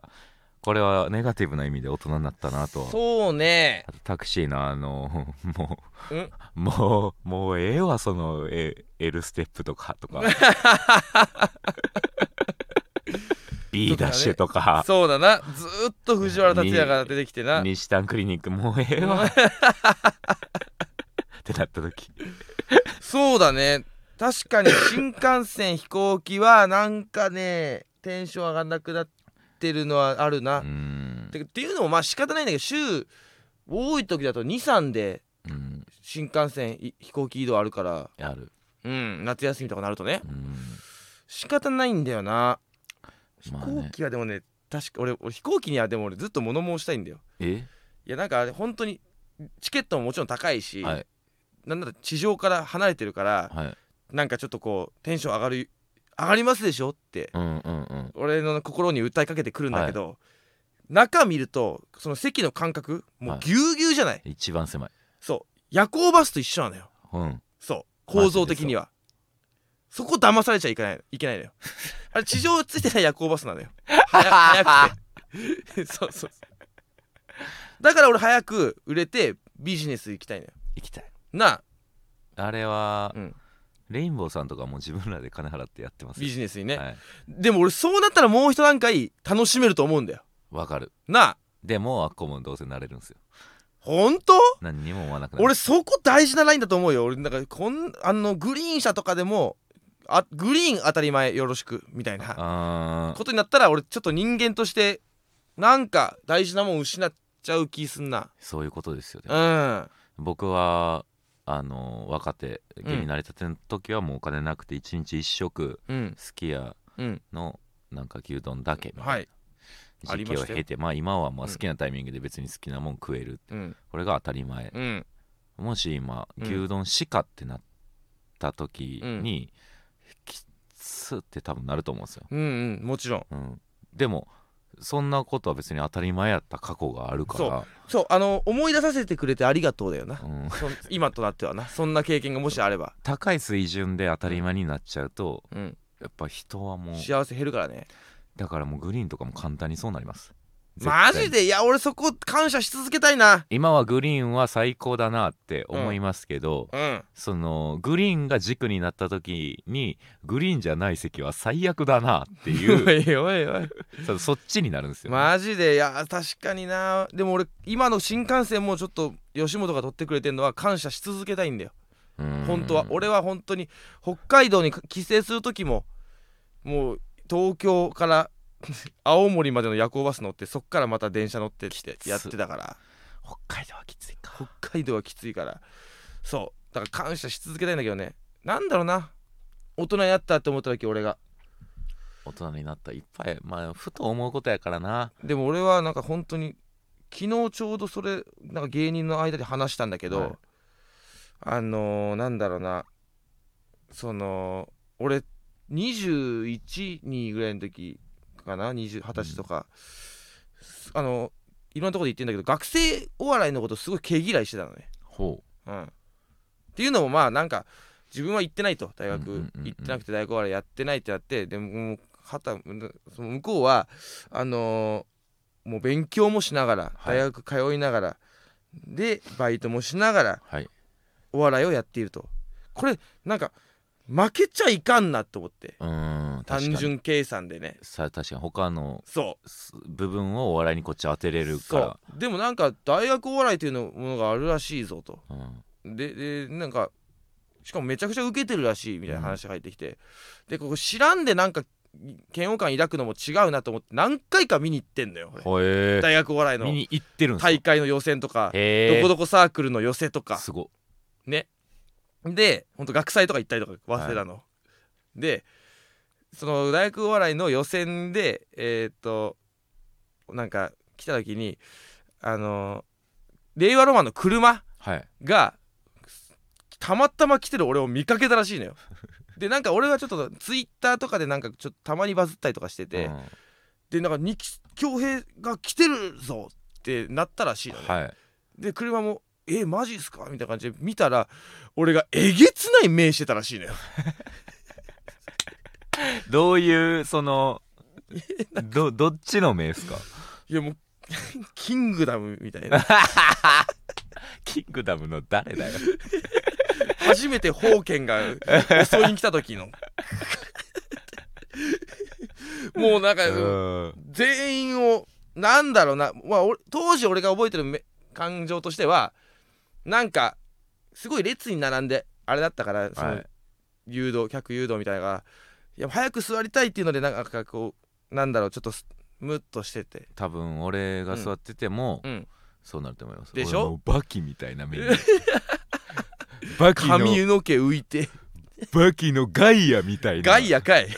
Speaker 1: これはネガティブな意味で大人になったなと
Speaker 2: そうね
Speaker 1: あとタクシーのあの もうんもうもうええわその え L ステップとかとか B ダッシュとか
Speaker 2: そうだなずーっと藤原竜也が出てきてな
Speaker 1: 西丹クリニックもうええわってなった時
Speaker 2: そうだね確かに新幹線飛行機はなんかねテンション上がんなくなってるのはあるな、
Speaker 1: うん
Speaker 2: てっていうのもまあ仕方ないんだけど週多い時だと23で
Speaker 1: うん
Speaker 2: 新幹線い飛行機移動あるから
Speaker 1: ある
Speaker 2: うん夏休みとかなるとね
Speaker 1: うん
Speaker 2: 仕方ないんだよな飛
Speaker 1: まあね
Speaker 2: 行機はでもね確か俺俺飛行機にはでも俺ずっと物申したいんだよ
Speaker 1: え
Speaker 2: いやなんかあれ本当にチケットももちろん高いし、
Speaker 1: はい
Speaker 2: なんなら地上から離れてるから
Speaker 1: はい
Speaker 2: なんかちょっとこうテンション上がる上がりますでしょって
Speaker 1: うんうんうん
Speaker 2: 俺の心に訴えかけてくるんだけど、中見るとその席の間隔もうぎゅうぎゅうじゃない、
Speaker 1: 一番狭い
Speaker 2: そう夜行バスと一緒なのよ
Speaker 1: うん
Speaker 2: そう構造的にはそこ騙されちゃいけないい けないのよあれ地上ついてない夜行バスなのよ早早くて そうそうそうだから俺早く売れてビジネス行きたいのよ
Speaker 1: 行きたい
Speaker 2: なあ、
Speaker 1: あれは、
Speaker 2: うん
Speaker 1: レインボーさんとかも自分らで金払ってやってますよ
Speaker 2: ビジネスにね、
Speaker 1: はい
Speaker 2: でも俺そうなったらもう一段階楽しめると思うんだよ
Speaker 1: わかる
Speaker 2: なあ
Speaker 1: でもあっこもどうせなれるんですよ
Speaker 2: 本当
Speaker 1: 何にも思わなくなる
Speaker 2: 俺そこ大事なラインだと思うよ俺なんかこんあのグリーン車とかでもあグリーン当たり前よろしくみたいな
Speaker 1: あー
Speaker 2: ことになったら俺ちょっと人間としてなんか大事なもん失っちゃう気すんな
Speaker 1: そういうことですよね
Speaker 2: うん
Speaker 1: 僕はあの若手芸人なりたての時はもうお金なくて一日一食
Speaker 2: うん
Speaker 1: すき家
Speaker 2: うん
Speaker 1: のなんか牛丼だけみた
Speaker 2: はいい、
Speaker 1: な
Speaker 2: あ
Speaker 1: 時
Speaker 2: り
Speaker 1: 期
Speaker 2: ま
Speaker 1: を
Speaker 2: したよ
Speaker 1: 経てまあ今はまあ
Speaker 2: うん
Speaker 1: 好きなタイミングで別に好きなもん食える
Speaker 2: うん
Speaker 1: これが当たり前
Speaker 2: うん、
Speaker 1: もし今
Speaker 2: うん
Speaker 1: 牛丼しかってなった時にきつって多分なると思うんですよ
Speaker 2: うんうんもちろん
Speaker 1: うん、でもそんなことは別に当たり前やった過去があるか
Speaker 2: そうあの思い出させてくれてありがとうだよな
Speaker 1: ら、うん、
Speaker 2: そ今となってはなそんな経験がもしあれば、
Speaker 1: 高い水準で当たり前になっちゃうと
Speaker 2: うん、
Speaker 1: やっぱ人はもう
Speaker 2: 幸せ減るからね
Speaker 1: だからもうグリーンとかも簡単にそうなります絶対
Speaker 2: マジでいや俺そこ感謝し続けたいな
Speaker 1: 今はグリーンは最高だなって思いますけど、
Speaker 2: うん
Speaker 1: そのグリーンが軸になった時にグリーンじゃない席は最悪だなって
Speaker 2: お
Speaker 1: いう
Speaker 2: いおいおい
Speaker 1: そそっちになるんですよ、
Speaker 2: マジでいや確かになでも俺今の新幹線もちょっと吉本が取ってくれてるのは感謝し続けたいんだよ
Speaker 1: うん
Speaker 2: 本当は俺は本当に北海道に帰省する時ももう東京から 青森までの夜行バス乗ってそっからまた電車乗ってってやってたから
Speaker 1: 北海道はきついか
Speaker 2: 北海道はきついからそうだから感謝し続けたいんだけどねなんだろうな大人になったって思った時俺が
Speaker 1: 大人になったいっぱいまあふと思うことやからな
Speaker 2: でも俺はなんか本当に昨日ちょうどそれなんか芸人の間で話したんだけど、
Speaker 1: はい
Speaker 2: あのー、なんだろうなその俺21にぐらいの時かな20 20歳とか、あのいろんなところで言ってんだけど学生お笑いのことすごい毛嫌いしてたのね。
Speaker 1: ほ
Speaker 2: うん、っていうのもまあなんか自分は行ってないと大
Speaker 1: うんうん
Speaker 2: 学
Speaker 1: うんうん
Speaker 2: 行ってなくて大学はやってないってなってでももうはたその向こうはあのーもう勉強もしながら
Speaker 1: はい
Speaker 2: 大学通いながら、でバイトもしながら
Speaker 1: うはい
Speaker 2: お笑いをやっているとこれなんか負けちゃいかんなと思って
Speaker 1: うーん確か
Speaker 2: 単
Speaker 1: に
Speaker 2: 純計算でね
Speaker 1: さ確かに他の
Speaker 2: そ
Speaker 1: す部分をお笑いにこっち当てれ
Speaker 2: う
Speaker 1: るか
Speaker 2: そうでもなんか大学お笑いというのものがあるらしいぞと
Speaker 1: ら、うん
Speaker 2: ででなんかしかもめちゃくちゃ受けてるらしいみたいな話が入ってきて、でここ知らんでなんか嫌悪感抱くのも違うなと思って何回か見に行ってんのよ俺
Speaker 1: ほえー
Speaker 2: 大学お笑い
Speaker 1: 見
Speaker 2: の
Speaker 1: に行ってるんすか
Speaker 2: 大会の予選とか、
Speaker 1: へえ
Speaker 2: どこどこサークルの寄せとか
Speaker 1: すご
Speaker 2: ねでほんと学祭とか行ったりとか早稲田の、でその大学お笑いの予選でえーっとなんか来た時にあの令和ロマンの車
Speaker 1: はい
Speaker 2: がたまたま来てる俺を見かけたらしいのよでなんか俺はちょっとツイッターとかでなんかちょっとたまにバズったりとかしてて、
Speaker 1: うん
Speaker 2: でなんか二木恭平が来てるぞってなったらしいのね、
Speaker 1: はい
Speaker 2: で車も「えマジっすか?」みたいな感じで見たら俺がえげつない目してたらしいのよ
Speaker 1: どういうそ のどどっちの目ですか
Speaker 2: いやもう キングダムみたいな
Speaker 1: キングダムの誰だよ
Speaker 2: 初めて宝剣が襲いに来た時の もうなんか、
Speaker 1: うん
Speaker 2: 全員をなんだろうな、まあ、俺当時俺が覚えてるめ感情としてはなんかすごい列に並んであれだったからそ
Speaker 1: は
Speaker 2: の
Speaker 1: い
Speaker 2: 誘導、客誘導みたいなのがいや早く座りたいっていうのでなんかこうなんだろうちょっとすムッとしてて
Speaker 1: 多分俺が座ってても、
Speaker 2: うん
Speaker 1: そうなると思います
Speaker 2: でしょ
Speaker 1: 俺もうバキみたいな目に バキの
Speaker 2: 髪の毛浮いて
Speaker 1: バキのガイアみたいな
Speaker 2: ガイアかい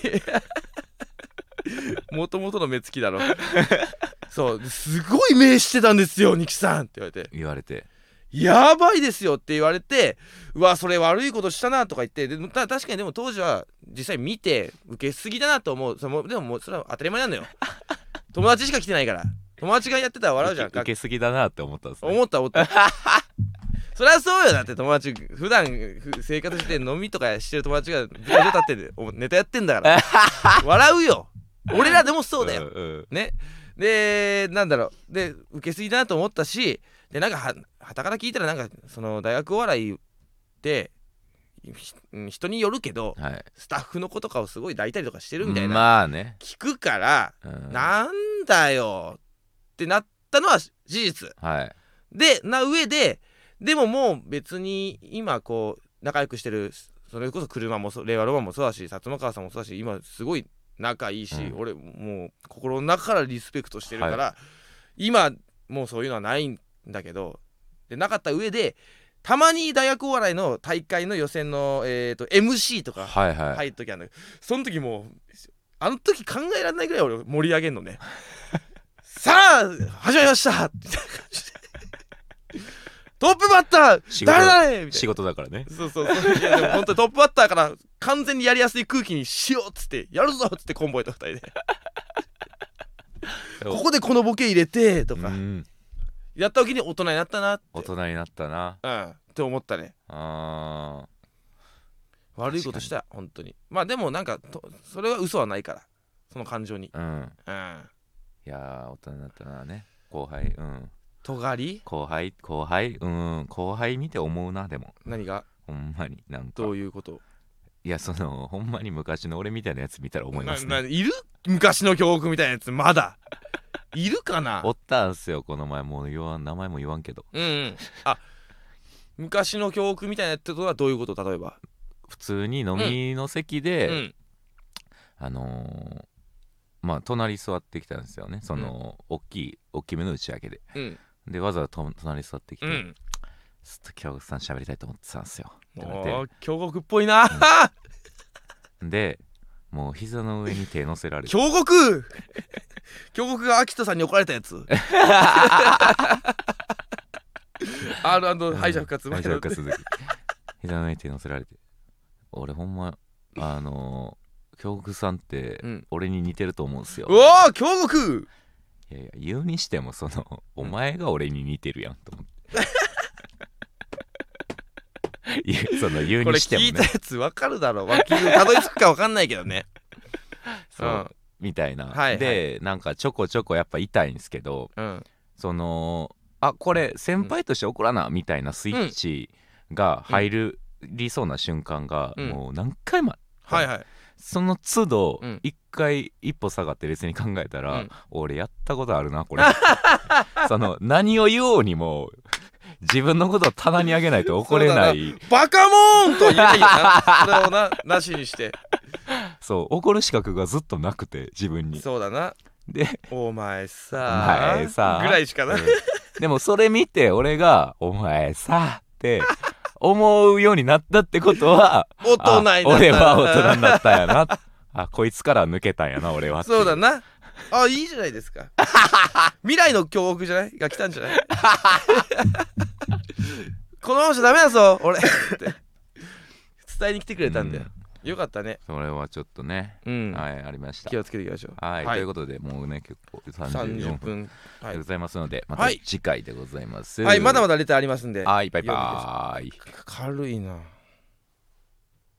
Speaker 2: もともとの目つきだろそうすごい目してたんですよニキさんって言われて
Speaker 1: 言われて
Speaker 2: やばいですよって言われてうわそれ悪いことしたなとか言ってでもた確かにでも当時は実際見て受けすぎだなと思うそのでももうそれは当たり前なん だよ友達しか来てないから友達がやってたら笑うじゃん
Speaker 1: 受けすぎだなって思ったんです、ね、
Speaker 2: 思った思った そりゃそうよだって友達普段ふ生活して飲みとかしてる友達がずっと立ってるおネタやってんだから 笑うよ俺らでもそうだよ
Speaker 1: んうん
Speaker 2: ねでなんだろうで受け継ぎだなと思ったしでなんかははたから聞いたらなんかその大学お笑いってひうん人によるけど
Speaker 1: はい
Speaker 2: スタッフの子とかをすごい抱いたりとかしてるみたいな、
Speaker 1: まあね、
Speaker 2: 聞くから、
Speaker 1: うん
Speaker 2: なんだよってなったのは事実
Speaker 1: はい
Speaker 2: でな上ででももう別に今こう仲良くしてるそれこそ車もそう令和ロマンもそうだし薩摩川さんもそうだし今すごい仲いいし、
Speaker 1: うん
Speaker 2: 俺もう心の中からリスペクトしてるから、
Speaker 1: は
Speaker 2: 今もうそういうのはないんだけどでなかった上でたまに大学お笑いの大会の予選の、えー、と MC とか
Speaker 1: はいはい、
Speaker 2: 入る時あるんだけど、その時もうあの時考えられないぐらい俺盛り上げん のねさあ始まりましたみたいな感じでトップバッタ
Speaker 1: 仕事
Speaker 2: ー誰誰みた
Speaker 1: 仕
Speaker 2: いな
Speaker 1: 事だからね
Speaker 2: そうそうそういやでも本当にトップバッターから完全にやりやすい空気にしようっつってやるぞっつってコンボイと二人でここでこのボケ入れてとか、
Speaker 1: うん
Speaker 2: やった時に大人になったなって、
Speaker 1: 大人になったな
Speaker 2: うん、って思ったね
Speaker 1: あ
Speaker 2: 悪いことした本当にまあでもなんかとそれは嘘はないからその感情に
Speaker 1: ーうん
Speaker 2: うん
Speaker 1: いやー大人になったなね後輩うん
Speaker 2: 尖り
Speaker 1: 後輩後輩うん後輩見て思うなでも
Speaker 2: 何が
Speaker 1: ほんまになんか
Speaker 2: どういうこと
Speaker 1: いやそのほんまに昔の俺みたいなやつ見たら思いますね
Speaker 2: なな。いる昔の教訓みたいなやつまだ いるかな
Speaker 1: おったんすよこの前もう言わん名前も言わんけど
Speaker 2: うん、うん、あ昔の教訓みたいなやつとはどういうこと例えば、
Speaker 1: 普通に飲みの席で、
Speaker 2: うん
Speaker 1: あのーまあ隣座ってきたんですよねその、大きい大きめの打ち上げで
Speaker 2: うん
Speaker 1: でわざわざと隣座ってきて、
Speaker 2: うん
Speaker 1: ずっと京極さん喋りたいと思ってたんですよって言われ
Speaker 2: お
Speaker 1: て
Speaker 2: ー京極っぽいな、
Speaker 1: でもう膝の上に手乗せられ て
Speaker 2: 京極京極が秋田さんに怒られた やつ R& 敗者復活
Speaker 1: 敗
Speaker 2: 前
Speaker 1: 者
Speaker 2: の
Speaker 1: 復活の時膝の上に手乗せられて俺ほんまあのー京極さんって
Speaker 2: うん
Speaker 1: 俺に似てると思うんすよ、
Speaker 2: うわー京極
Speaker 1: いやいや言うにしてもそのお前が俺に似てるやんと思って いやその言う
Speaker 2: これ
Speaker 1: にして
Speaker 2: 聞い
Speaker 1: も
Speaker 2: た
Speaker 1: ね
Speaker 2: やつわかるだろうたどり着くかわかんないけどね、
Speaker 1: そう、みたいな、
Speaker 2: はいはい
Speaker 1: でなんかちょこちょこやっぱ痛いんですけど
Speaker 2: うんうん
Speaker 1: そのあこれ先輩として怒らなみたいなスイッチが入る、りそうな瞬間が
Speaker 2: うん
Speaker 1: もう何回もあって
Speaker 2: はいはい
Speaker 1: その都度
Speaker 2: うん
Speaker 1: 一回一歩下がって別に考えたら、
Speaker 2: うん
Speaker 1: 俺やったことあるなこれ その何を言おうにも自分のことを棚に上げない と怒れない
Speaker 2: バカモーンと言えないよなそれをななし にして
Speaker 1: そう怒る資格がずっとなくて自分に
Speaker 2: そうだな
Speaker 1: で
Speaker 2: お前さ
Speaker 1: お前さ
Speaker 2: ぐらいしかない、
Speaker 1: うんでもそれ見て俺が「お前さ」って思うようになったってことは
Speaker 2: 大人になっ
Speaker 1: あ
Speaker 2: た
Speaker 1: 俺は大人になったんやなあこいつから抜けたんやな俺はってい
Speaker 2: そうだなあいいじゃないで すか未来の教育じゃないが来たんじゃないこのままじゃダメだぞ俺って伝えに来てくれたんだよ、よかったね
Speaker 1: それはちょっとね、
Speaker 2: うん、
Speaker 1: はいありました
Speaker 2: 気をつけていきましょう
Speaker 1: はい、ということでもうね結構34分
Speaker 2: 30分は
Speaker 1: で
Speaker 2: い
Speaker 1: ご、ざいますので、ま
Speaker 2: は
Speaker 1: た
Speaker 2: い
Speaker 1: 次回でございます
Speaker 2: はい、まだま
Speaker 1: だ
Speaker 2: だレターありますんで
Speaker 1: はいバイバーイ
Speaker 2: 軽いな